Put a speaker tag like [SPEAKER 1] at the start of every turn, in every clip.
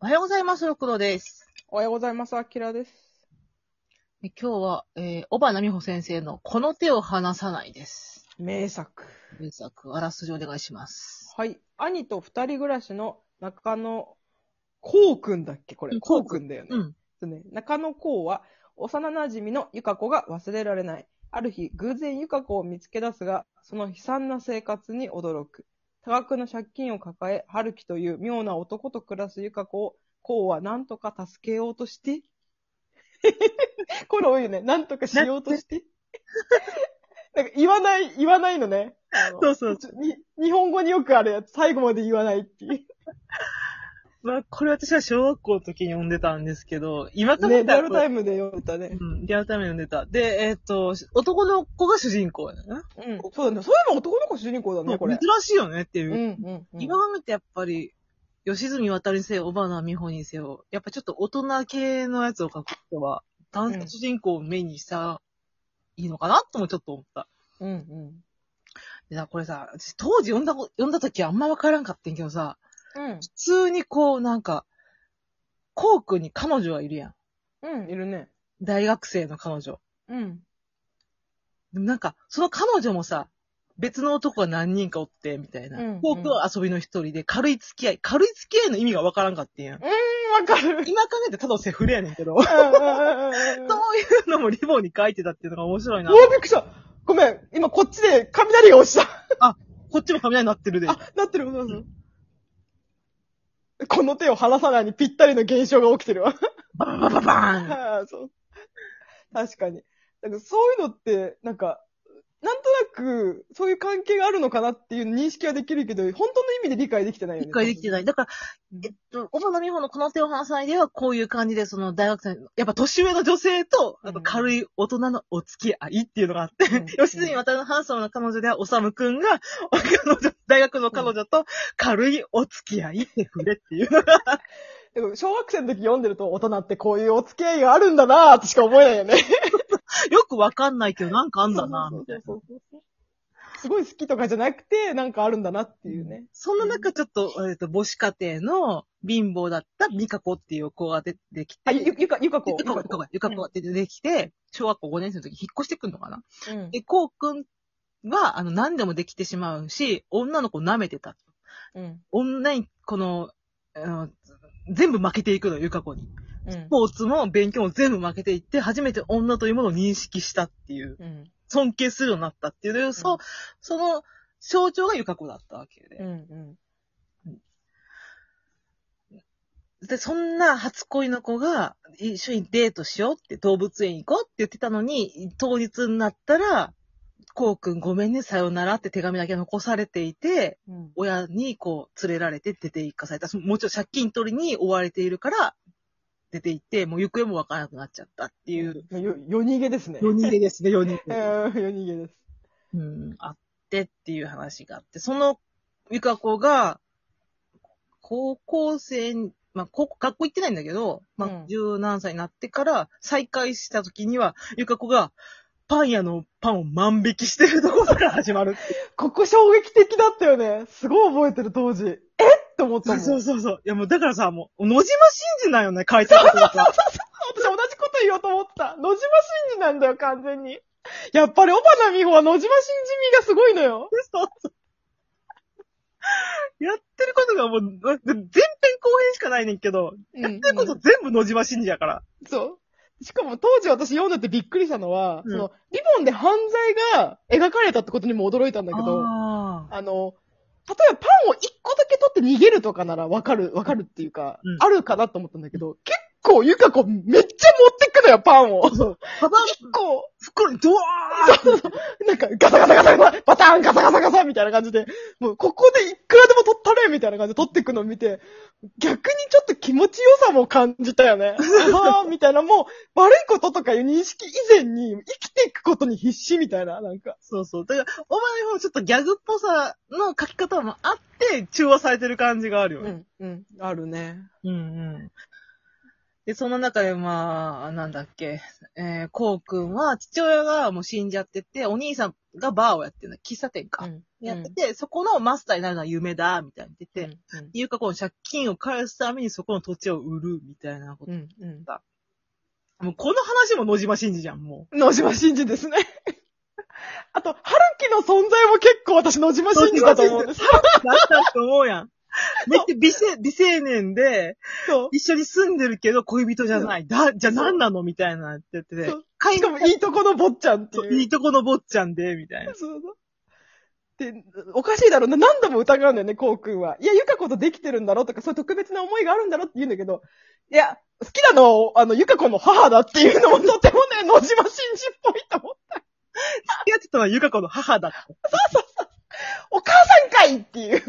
[SPEAKER 1] おはようございます、ろくろです。
[SPEAKER 2] おはようございます、あきらです。
[SPEAKER 1] え今日は、えー、小花美穂先生のこの手を離さないです。
[SPEAKER 2] 名作。
[SPEAKER 1] 名作、あらすじお願いします。
[SPEAKER 2] はい。兄と二人暮らしの中野、こうくんだっけこ
[SPEAKER 1] う
[SPEAKER 2] れ。
[SPEAKER 1] ん
[SPEAKER 2] こうくんだよね。
[SPEAKER 1] うん。
[SPEAKER 2] そうね中野こうは、幼馴染のゆか子が忘れられない。ある日、偶然ゆか子を見つけ出すが、その悲惨な生活に驚く。多額の借金を抱え、春樹という妙な男と暮らすゆか子を、こうはなんとか助けようとして。 これ多いよね。なんとかしようとして。 なんか言わない、言わないのね。あの
[SPEAKER 1] そうそう
[SPEAKER 2] ちょに日本語によくあるやつ、最後まで言わないっていう。
[SPEAKER 1] まあ、これ私は小学校の時に読んでたんですけど、今とな
[SPEAKER 2] ね、
[SPEAKER 1] っては
[SPEAKER 2] リアルタイムで読んでたね。
[SPEAKER 1] うん、リアルタイムで読んでた。で、えっ、と、男の子が主人公やな。
[SPEAKER 2] うん。そうだね。そういえば男の子主人公だね、これ
[SPEAKER 1] 珍。しいよねっていうう。
[SPEAKER 2] んうん、うん。
[SPEAKER 1] 今見てやっぱり、吉住渡にせよ、小花美穂にせよ、やっぱちょっと大人系のやつを書く人は、男性
[SPEAKER 2] うん
[SPEAKER 1] 主人公をメインにしたらいいのかなともちょっと思った。
[SPEAKER 2] うんうん。
[SPEAKER 1] でなこれさ、私当時読んだこ、読んだ時あんまわからんかってんけどさ、
[SPEAKER 2] うん
[SPEAKER 1] 普通にこうなんか、コウ君に彼女はいるやん。
[SPEAKER 2] うん、いるね。
[SPEAKER 1] 大学生の彼女。
[SPEAKER 2] うん。
[SPEAKER 1] でもなんか、その彼女もさ、別の男が何人かおって、みたいな。
[SPEAKER 2] うん
[SPEAKER 1] コウ君は遊びの一人で、軽い付き合い。軽い付き合いの意味がわからんかってんやん。
[SPEAKER 2] わかる。
[SPEAKER 1] 今考えてただのセフレやねんけど。
[SPEAKER 2] うん
[SPEAKER 1] そういうのもリボンに書いてたっていうのが面白いな。
[SPEAKER 2] おー、びっくりした。ごめん。今こっちで雷が落ちた。
[SPEAKER 1] こっちも雷鳴ってるで。
[SPEAKER 2] あ、なってる、なってる。この手を離さないにぴったりの現象が起きてるわ。
[SPEAKER 1] バババババーン
[SPEAKER 2] ああ、そう。確かに。なんかそういうのって、なんか、なんとなく、そういう関係があるのかなっていう認識はできるけど、本当の意味で理解できてないよね。
[SPEAKER 1] 理解できてない。だから
[SPEAKER 2] うん、
[SPEAKER 1] えっと、小花美穂のこの手を離さないでは、こういう感じで、その大学生の、やっぱ年上の女性と、
[SPEAKER 2] うん
[SPEAKER 1] あと軽い大人のお付き合いっていうのがあって、
[SPEAKER 2] うん
[SPEAKER 1] 吉住渡のハンソムの彼女では、おさむくんが、彼女、大学の彼女と軽いお付き合いって触れっていう のが、
[SPEAKER 2] でも小学生の時読んでると大人ってこういうお付き合いがあるんだなぁとしか思えないよね。
[SPEAKER 1] よくわかんないけど、なんかあんだな、
[SPEAKER 2] そう
[SPEAKER 1] みたいな。
[SPEAKER 2] そうそうそうすごい好きとかじゃなくて、なんかあるんだなっていうね。
[SPEAKER 1] そんな中、ちょっと、えっ、と、母子家庭の貧乏だった美香子っていう子が出てきて、
[SPEAKER 2] はい、ゆ、ゆか、ゆか
[SPEAKER 1] ゆ
[SPEAKER 2] こ。
[SPEAKER 1] か子、ゆか子が、ゆか子が出てきて、小学校5年生の時引っ越してくんのかな
[SPEAKER 2] うん。
[SPEAKER 1] で、こうくんは、あの、何でもできてしまうし、女の子を舐めてた。
[SPEAKER 2] うん。
[SPEAKER 1] 女に、この、あの全部負けていくの、ゆか子に。
[SPEAKER 2] うん
[SPEAKER 1] ス。ポーツも勉強も全部負けていって、初めて女というものを認識したっていう、
[SPEAKER 2] うん。
[SPEAKER 1] 尊敬するようになったっていう、そうう、その象徴がゆか子だったわけで。
[SPEAKER 2] うん。
[SPEAKER 1] で、そんな初恋の子が、一緒にデートしようって、動物園行こうって言ってたのに、当日になったら、こうくんごめんね、さよならって手紙だけ残されていて、
[SPEAKER 2] うん。
[SPEAKER 1] 親にこう連れられて出て行かされた。そのもちろん借金取りに追われているから、出て行って、もう行方もわからなくなっちゃったっていう、
[SPEAKER 2] よ、夜逃げですね。
[SPEAKER 1] 4人目ですね、4人
[SPEAKER 2] え
[SPEAKER 1] 目。
[SPEAKER 2] ー夜逃げです。
[SPEAKER 1] うん、あってっていう話があって、そのゆか子が、高校生に、まあ、高校、学校行ってないんだけど、ま
[SPEAKER 2] う
[SPEAKER 1] あ
[SPEAKER 2] ん、
[SPEAKER 1] 十何歳になってから再会した時には、ゆか子が、パン屋のパンを万引きしてるところから始まるっていう。
[SPEAKER 2] ここ衝撃的だったよね。すごい覚えてる当時。えっって思った
[SPEAKER 1] そ
[SPEAKER 2] も。
[SPEAKER 1] うんそうそ
[SPEAKER 2] 私
[SPEAKER 1] うそう。いやもうだからさ、もう、野島真治なんよね、書いてあることが。
[SPEAKER 2] 同じこと言おうと思ってた。野島真治なんだよ、完全に。やっぱり小花美穂は野島真治味がすごいのよ。
[SPEAKER 1] そうそうやってることがもう、だって前編後編しかないねんけど、
[SPEAKER 2] う
[SPEAKER 1] やってること全部野島真治やから。
[SPEAKER 2] そう。しかも当時私読んでてびっくりしたのは、
[SPEAKER 1] うん
[SPEAKER 2] その、リボンで犯罪が描かれたってことにも驚いたんだけど、あ
[SPEAKER 1] あー
[SPEAKER 2] の、例えばパンを一個だけ取って逃げるとかならわかる、わかるっていうか、
[SPEAKER 1] うん
[SPEAKER 2] あるかなと思ったんだけど、結構ゆか子めっちゃ持ってくのよ、パンを。
[SPEAKER 1] そう。カバン、
[SPEAKER 2] こ
[SPEAKER 1] 袋にドワーッ
[SPEAKER 2] う、なんかガサガサガサガサ、バターンガサガサガサみたいな感じで、もうここでいくらでも取ったれみたいな感じで取っていくのを見て、逆にちょっと気持ちよさも感じたよね。あーみたいな、もう悪いこととかいう認識以前に生きていくことに必死みたいな、なんか。
[SPEAKER 1] そうそう。だから、お前の方もちょっとギャグっぽさの書き方もあって、中和されてる感じがあるよね。
[SPEAKER 2] ん、うん、あるね。
[SPEAKER 1] うん、うん。で、その中で、まあ、なんだっけ、えー、こうくんは、父親がもう死んじゃってて、お兄さんがバーをやってるの、喫茶店か。
[SPEAKER 2] うん。
[SPEAKER 1] やってて、そこのマスターになるのは夢だ、みたいに言ってて、
[SPEAKER 2] うん
[SPEAKER 1] ゆうかこの借金を返すためにそこの土地を売る、みたいなこと。
[SPEAKER 2] うん。うん。
[SPEAKER 1] もうこの話も野島真司じゃん、も
[SPEAKER 2] 野島真司ですね。 あと、春樹の存在も結構私野島真司だと思うんです。
[SPEAKER 1] う。なんだと思うやん。めっちゃ美青美青年で、
[SPEAKER 2] そう。
[SPEAKER 1] 一緒に住んでるけど恋人じゃない。だ、じゃあ何なのみたいなって言ってて
[SPEAKER 2] そう。
[SPEAKER 1] 海
[SPEAKER 2] しかもいいとこの坊ちゃんって
[SPEAKER 1] そう
[SPEAKER 2] いう。
[SPEAKER 1] いいとこの坊ちゃんで、みたいな。
[SPEAKER 2] そうそう。で、おかしいだろうな。何度も疑うんだよね、こうくんは。いや、ゆかことできてるんだろうとか、そういう特別な思いがあるんだろうって言うんだけど、いや、好きなのは、あの、ゆかこの母だっていうのもとてもね、野島真司っぽいと思う。
[SPEAKER 1] 付き合ってたのはゆか子の母だった。
[SPEAKER 2] お母さんかいっていう。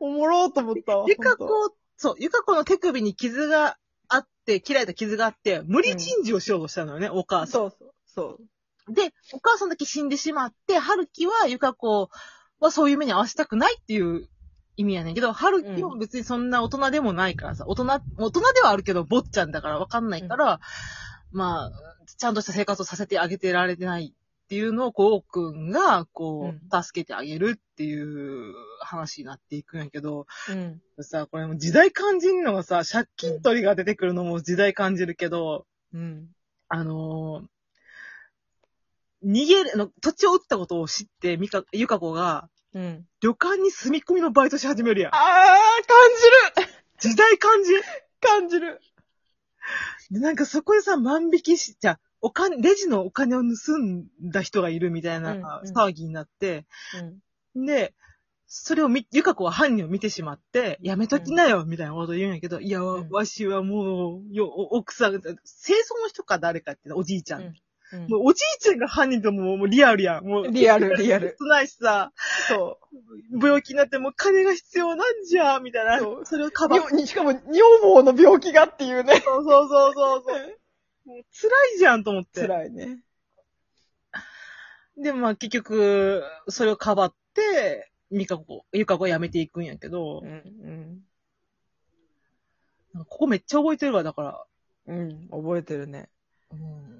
[SPEAKER 2] おもろーと思ったわ。
[SPEAKER 1] ゆか
[SPEAKER 2] ほんと
[SPEAKER 1] 子、そう、ゆか子の手首に傷があって、切られた傷があって、無理陳事をしようとしたのよね、お母さ
[SPEAKER 2] そうそう。そう。
[SPEAKER 1] ん。で、お母さんだけ死んでしまって、春樹はゆか子はそういう目に遭わせたくないっていう意味やねんけど、春樹も別にそんな大人でもないからさ、大人、大人ではあるけど、坊ちゃんだからわかんないから、まあ、ちゃんとした生活をさせてあげてられてないっていうのを、こう、くんが、こう、助けてあげるっていう話になっていくんやけど、
[SPEAKER 2] うん。
[SPEAKER 1] さ、これも時代感じるのがさ、借金取りが出てくるのも時代感じるけど、
[SPEAKER 2] うん。
[SPEAKER 1] あのー逃げる、あの、土地を売ったことを知って、みか、ゆか子が、
[SPEAKER 2] うん。
[SPEAKER 1] 旅館に住み込みのバイトし始めるやん
[SPEAKER 2] あ。ー、感じる
[SPEAKER 1] 時代感じる
[SPEAKER 2] 感じる
[SPEAKER 1] でなんかそこでさ、万引きし、じゃあお金、レジのお金を盗んだ人がいるみたいな
[SPEAKER 2] うんうん
[SPEAKER 1] 騒ぎになって、で、それをみ、ゆか子は犯人を見てしまって、やめときなよ、みたいなこと言うんやけど、いや、わ
[SPEAKER 2] うん
[SPEAKER 1] わしはもう、よ、お奥さん、清掃の人か誰かって、おじいちゃん。
[SPEAKER 2] うん。
[SPEAKER 1] もうおじいちゃんが犯人とも、もうリアルやん。もう、
[SPEAKER 2] リアル、リ アル。
[SPEAKER 1] 少ないしさ、
[SPEAKER 2] そう。
[SPEAKER 1] 病気になってもう金が必要なんじゃ、みたいな。
[SPEAKER 2] そう
[SPEAKER 1] それをかばう。
[SPEAKER 2] にしかも、女房の病気がっていうね。
[SPEAKER 1] そうそうそうそうそう。もう辛いじゃんと思って。
[SPEAKER 2] 辛いね。
[SPEAKER 1] で、まあ結局、それをかばって、ミカコ、ゆか子は辞めていくんやけど、
[SPEAKER 2] ん、
[SPEAKER 1] なんかここめっちゃ覚えてるわ、だから。
[SPEAKER 2] うん。うん、覚えてるね。
[SPEAKER 1] うん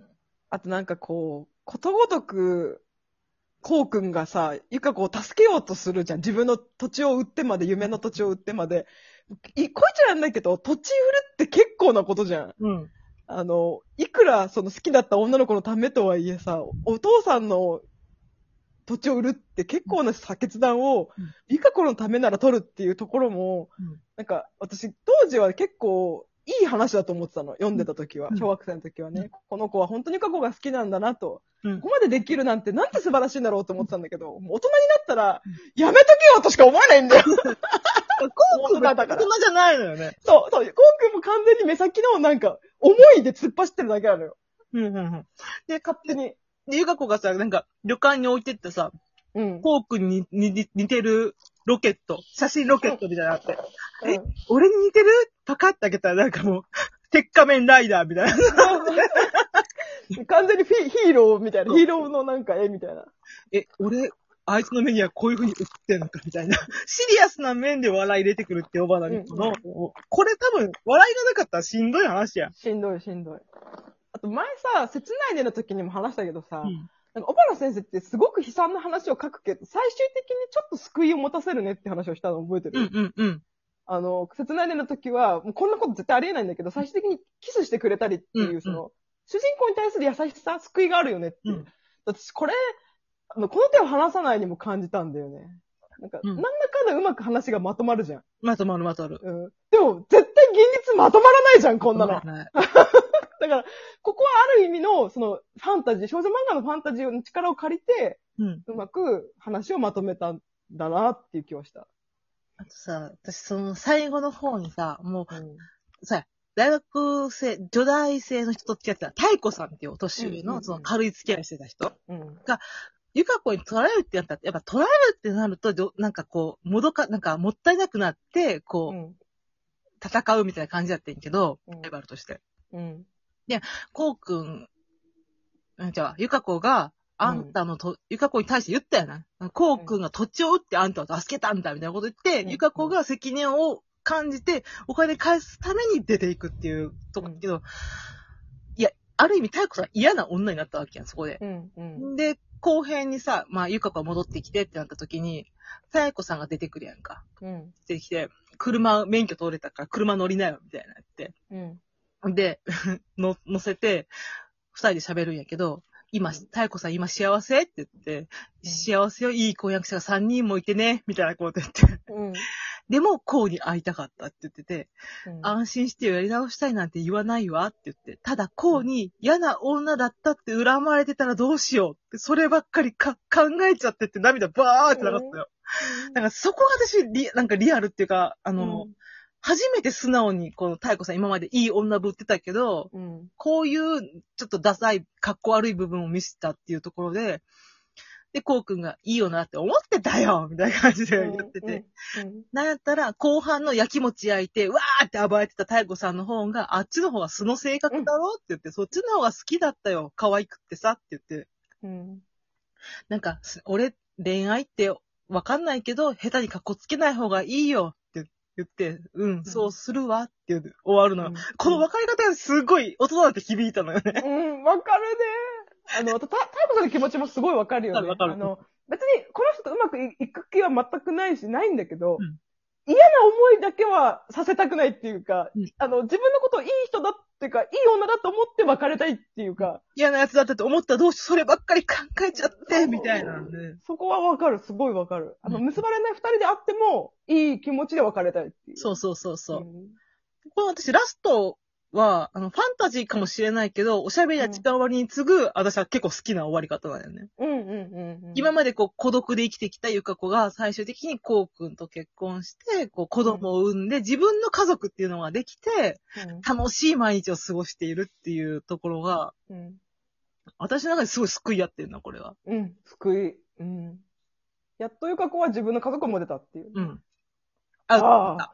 [SPEAKER 2] あとなんかこう、ことごとく、こうくんがさ、ゆかこを助けようとするじゃん。自分の土地を売ってまで、夢の土地を売ってまで。い、こいつらなんだけど、土地売るって結構なことじゃん。
[SPEAKER 1] うん。
[SPEAKER 2] あの、いくらその好きだった女の子のためとはいえさ、お父さんの土地を売るって結構なさ決断を
[SPEAKER 1] うん、
[SPEAKER 2] リカ子のためなら取るっていうところも、
[SPEAKER 1] うん
[SPEAKER 2] なんか私当時は結構いい話だと思ってたの。読んでた時は
[SPEAKER 1] う、ん
[SPEAKER 2] 小学生の時はね。
[SPEAKER 1] うん
[SPEAKER 2] この子は本当にリカ子が好きなんだなと。
[SPEAKER 1] うん
[SPEAKER 2] ここまでできるなんてなんて素晴らしいんだろうと思ってたんだけど、もう大人になったら
[SPEAKER 1] うん、
[SPEAKER 2] やめとけよとしか思えない んだよ。
[SPEAKER 1] コ
[SPEAKER 2] 大人だから
[SPEAKER 1] 大人じゃないのよね。
[SPEAKER 2] そう、そう、コウ君も完全に目先のなんか、思いで突っ走ってるだけなのよ。
[SPEAKER 1] うんうんうん。で、勝手
[SPEAKER 2] 別
[SPEAKER 1] に。
[SPEAKER 2] に。
[SPEAKER 1] で、ゆか子がさ、なんか、旅館に置いてったさ、
[SPEAKER 2] うん。
[SPEAKER 1] コークににに似てるロケット、写真ロケットみたいなのあって、え
[SPEAKER 2] うん
[SPEAKER 1] 俺に似てるパカって開けたらなんかもう、 鉄仮面ライダーみたいな。
[SPEAKER 2] 完全にフィヒーローみたいな、
[SPEAKER 1] そう
[SPEAKER 2] ヒーローのなんか絵みたいな。
[SPEAKER 1] え、俺、あいつの目にはこういう風に映ってんのかみたいな。 シリアスな面で笑い出てくるって小花にこの、これ多分、笑いがなかったらしんどい話やん。
[SPEAKER 2] しんどいしんどい。あと前さ、切ないねの時にも話したけどさ、
[SPEAKER 1] うん
[SPEAKER 2] なんか小原先生ってすごく悲惨な話を書くけど、最終的にちょっと救いを持たせるねって話をしたの覚えてる。
[SPEAKER 1] うんうんうん。
[SPEAKER 2] あの、切ないねの時は、もうこんなこと絶対ありえないんだけど、最終的にキスしてくれたりっていう、
[SPEAKER 1] うんうん
[SPEAKER 2] その、主人公に対する優しさ、救いがあるよねっていう。
[SPEAKER 1] うん
[SPEAKER 2] 私これ、あの、この手を離さないにも感じたんだよね。なんか、
[SPEAKER 1] うん
[SPEAKER 2] なんだかんだうまく話がまとまるじゃん。
[SPEAKER 1] まとまるまとまる。
[SPEAKER 2] うんでも、絶対現実まとまらないじゃん、こんなの。だか
[SPEAKER 1] はい
[SPEAKER 2] ら、ここはある意味の、その、ファンタジー、少女漫画のファンタジーの力を借りて、
[SPEAKER 1] うん。
[SPEAKER 2] うまく話をまとめたんだな、っていう気はした。
[SPEAKER 1] あとさ、私その最後の方にさ、も
[SPEAKER 2] うん。
[SPEAKER 1] う、さ、大学生、女大生の人と付き合ってた、太子さんっていうお年上
[SPEAKER 2] うんうんう
[SPEAKER 1] の、
[SPEAKER 2] ん
[SPEAKER 1] その軽い付き合いしてた人。
[SPEAKER 2] うん。
[SPEAKER 1] ゆか子に取られるってなったら、やっぱ取られるってなると、どなんかこう、もどか、なんかもったいなくなって、
[SPEAKER 2] う
[SPEAKER 1] こう、
[SPEAKER 2] ん。
[SPEAKER 1] 戦うみたいな感じだったんやけど、
[SPEAKER 2] うん
[SPEAKER 1] ライバルとして。
[SPEAKER 2] うん。
[SPEAKER 1] こうくん、うんじゃあ、ゆか子が、あんたのと、ゆか子に対して言ったよな。こうくんが土地を売ってあんたを助けたんだ、みたいなこと言って、
[SPEAKER 2] うん
[SPEAKER 1] ゆか子が責任を感じて、お金返すために出ていくっていうとこ
[SPEAKER 2] うん
[SPEAKER 1] けど、いや、ある意味、妙子さん嫌な女になったわけやん、そこで。
[SPEAKER 2] うん、うん。
[SPEAKER 1] で、後編にさ、まあ、ゆか子が戻ってきてってなった時に、妙子さんが出てくるやんか。
[SPEAKER 2] うん、
[SPEAKER 1] 出てきて、車、免許取れたから車乗りなよ、みたいなって。
[SPEAKER 2] うん。
[SPEAKER 1] で、 の、乗せて、二人で喋るんやけど、今、妙子さん今幸せって言って、
[SPEAKER 2] うん
[SPEAKER 1] 幸せよ、いい婚約者が三人もいてね、みたいなこと言って。
[SPEAKER 2] うん。
[SPEAKER 1] でも、こうに会いたかったって言ってて、
[SPEAKER 2] うん
[SPEAKER 1] 安心してよやり直したいなんて言わないわって言って、ただこうに嫌な女だったって恨まれてたらどうしようって、そればっかりか考えちゃってって涙バーって流ったよ。なんかそこが私、リなんかリアルっていうか、あの、初めて素直にこの妙子さん今までいい女ぶってたけど、
[SPEAKER 2] うん、うん。
[SPEAKER 1] こういうちょっとダサい、格好悪い部分を見せたっていうところで、で、こうくんがいいよなって思ってたよみたいな感じで言
[SPEAKER 2] うん
[SPEAKER 1] ってて。。
[SPEAKER 2] うん
[SPEAKER 1] なんやったら、後半の焼きもち焼いて、わーって暴れてた妙子さんの方が、あっちの方が素の性格だろって言って、そっちの方が好きだったよ。可愛くってさ、って言って。
[SPEAKER 2] うん。
[SPEAKER 1] なんか、す俺、恋愛ってわかんないけど、下手に格好つけない方がいいよって言って、うん、そうするわって言って終わるのよ。この
[SPEAKER 2] わ、
[SPEAKER 1] 分かり方がすごい大人だって響いたのよね。
[SPEAKER 2] うん、わかるね。あの、た、た、太子さんの気持ちもすごいわかるよね。
[SPEAKER 1] わかるわかる
[SPEAKER 2] あの、別に、この人とうまくいいく気は全くないし、ないんだけど、
[SPEAKER 1] うん
[SPEAKER 2] 嫌な思いだけはさせたくないっていうか、
[SPEAKER 1] うん
[SPEAKER 2] あの、自分のことをいい人だっていうか、いい女だと思って別れたいっていうか、
[SPEAKER 1] 嫌な奴だったって思ったらどうしよう、そればっかり考えちゃって、みたいなね。
[SPEAKER 2] そこはわかる、すごいわかる。あの、
[SPEAKER 1] うん
[SPEAKER 2] 結ばれない二人であっても、いい気持ちで別れたいっていう。
[SPEAKER 1] そううそうそうそう。
[SPEAKER 2] ん。
[SPEAKER 1] この私、ラストは、あの、ファンタジーかもしれないけど、おしゃべりな時間割に次ぐ、私は結構好きな終わり方なんだよね。
[SPEAKER 2] うんうんうん。
[SPEAKER 1] 今
[SPEAKER 2] も、
[SPEAKER 1] までこう、孤独で生きてきたゆか子が、最終的にこうくんと結婚して、こう、子供を産んで、自分の家族っていうのができて、楽しい毎日を過ごしているっていうところが、
[SPEAKER 2] うん。うん。
[SPEAKER 1] 私の中ですごい救い合ってるな、これは。
[SPEAKER 2] うん、救い。うん。やっとゆか子は自分の家族も出たっていう。
[SPEAKER 1] うん。
[SPEAKER 2] ああ、あ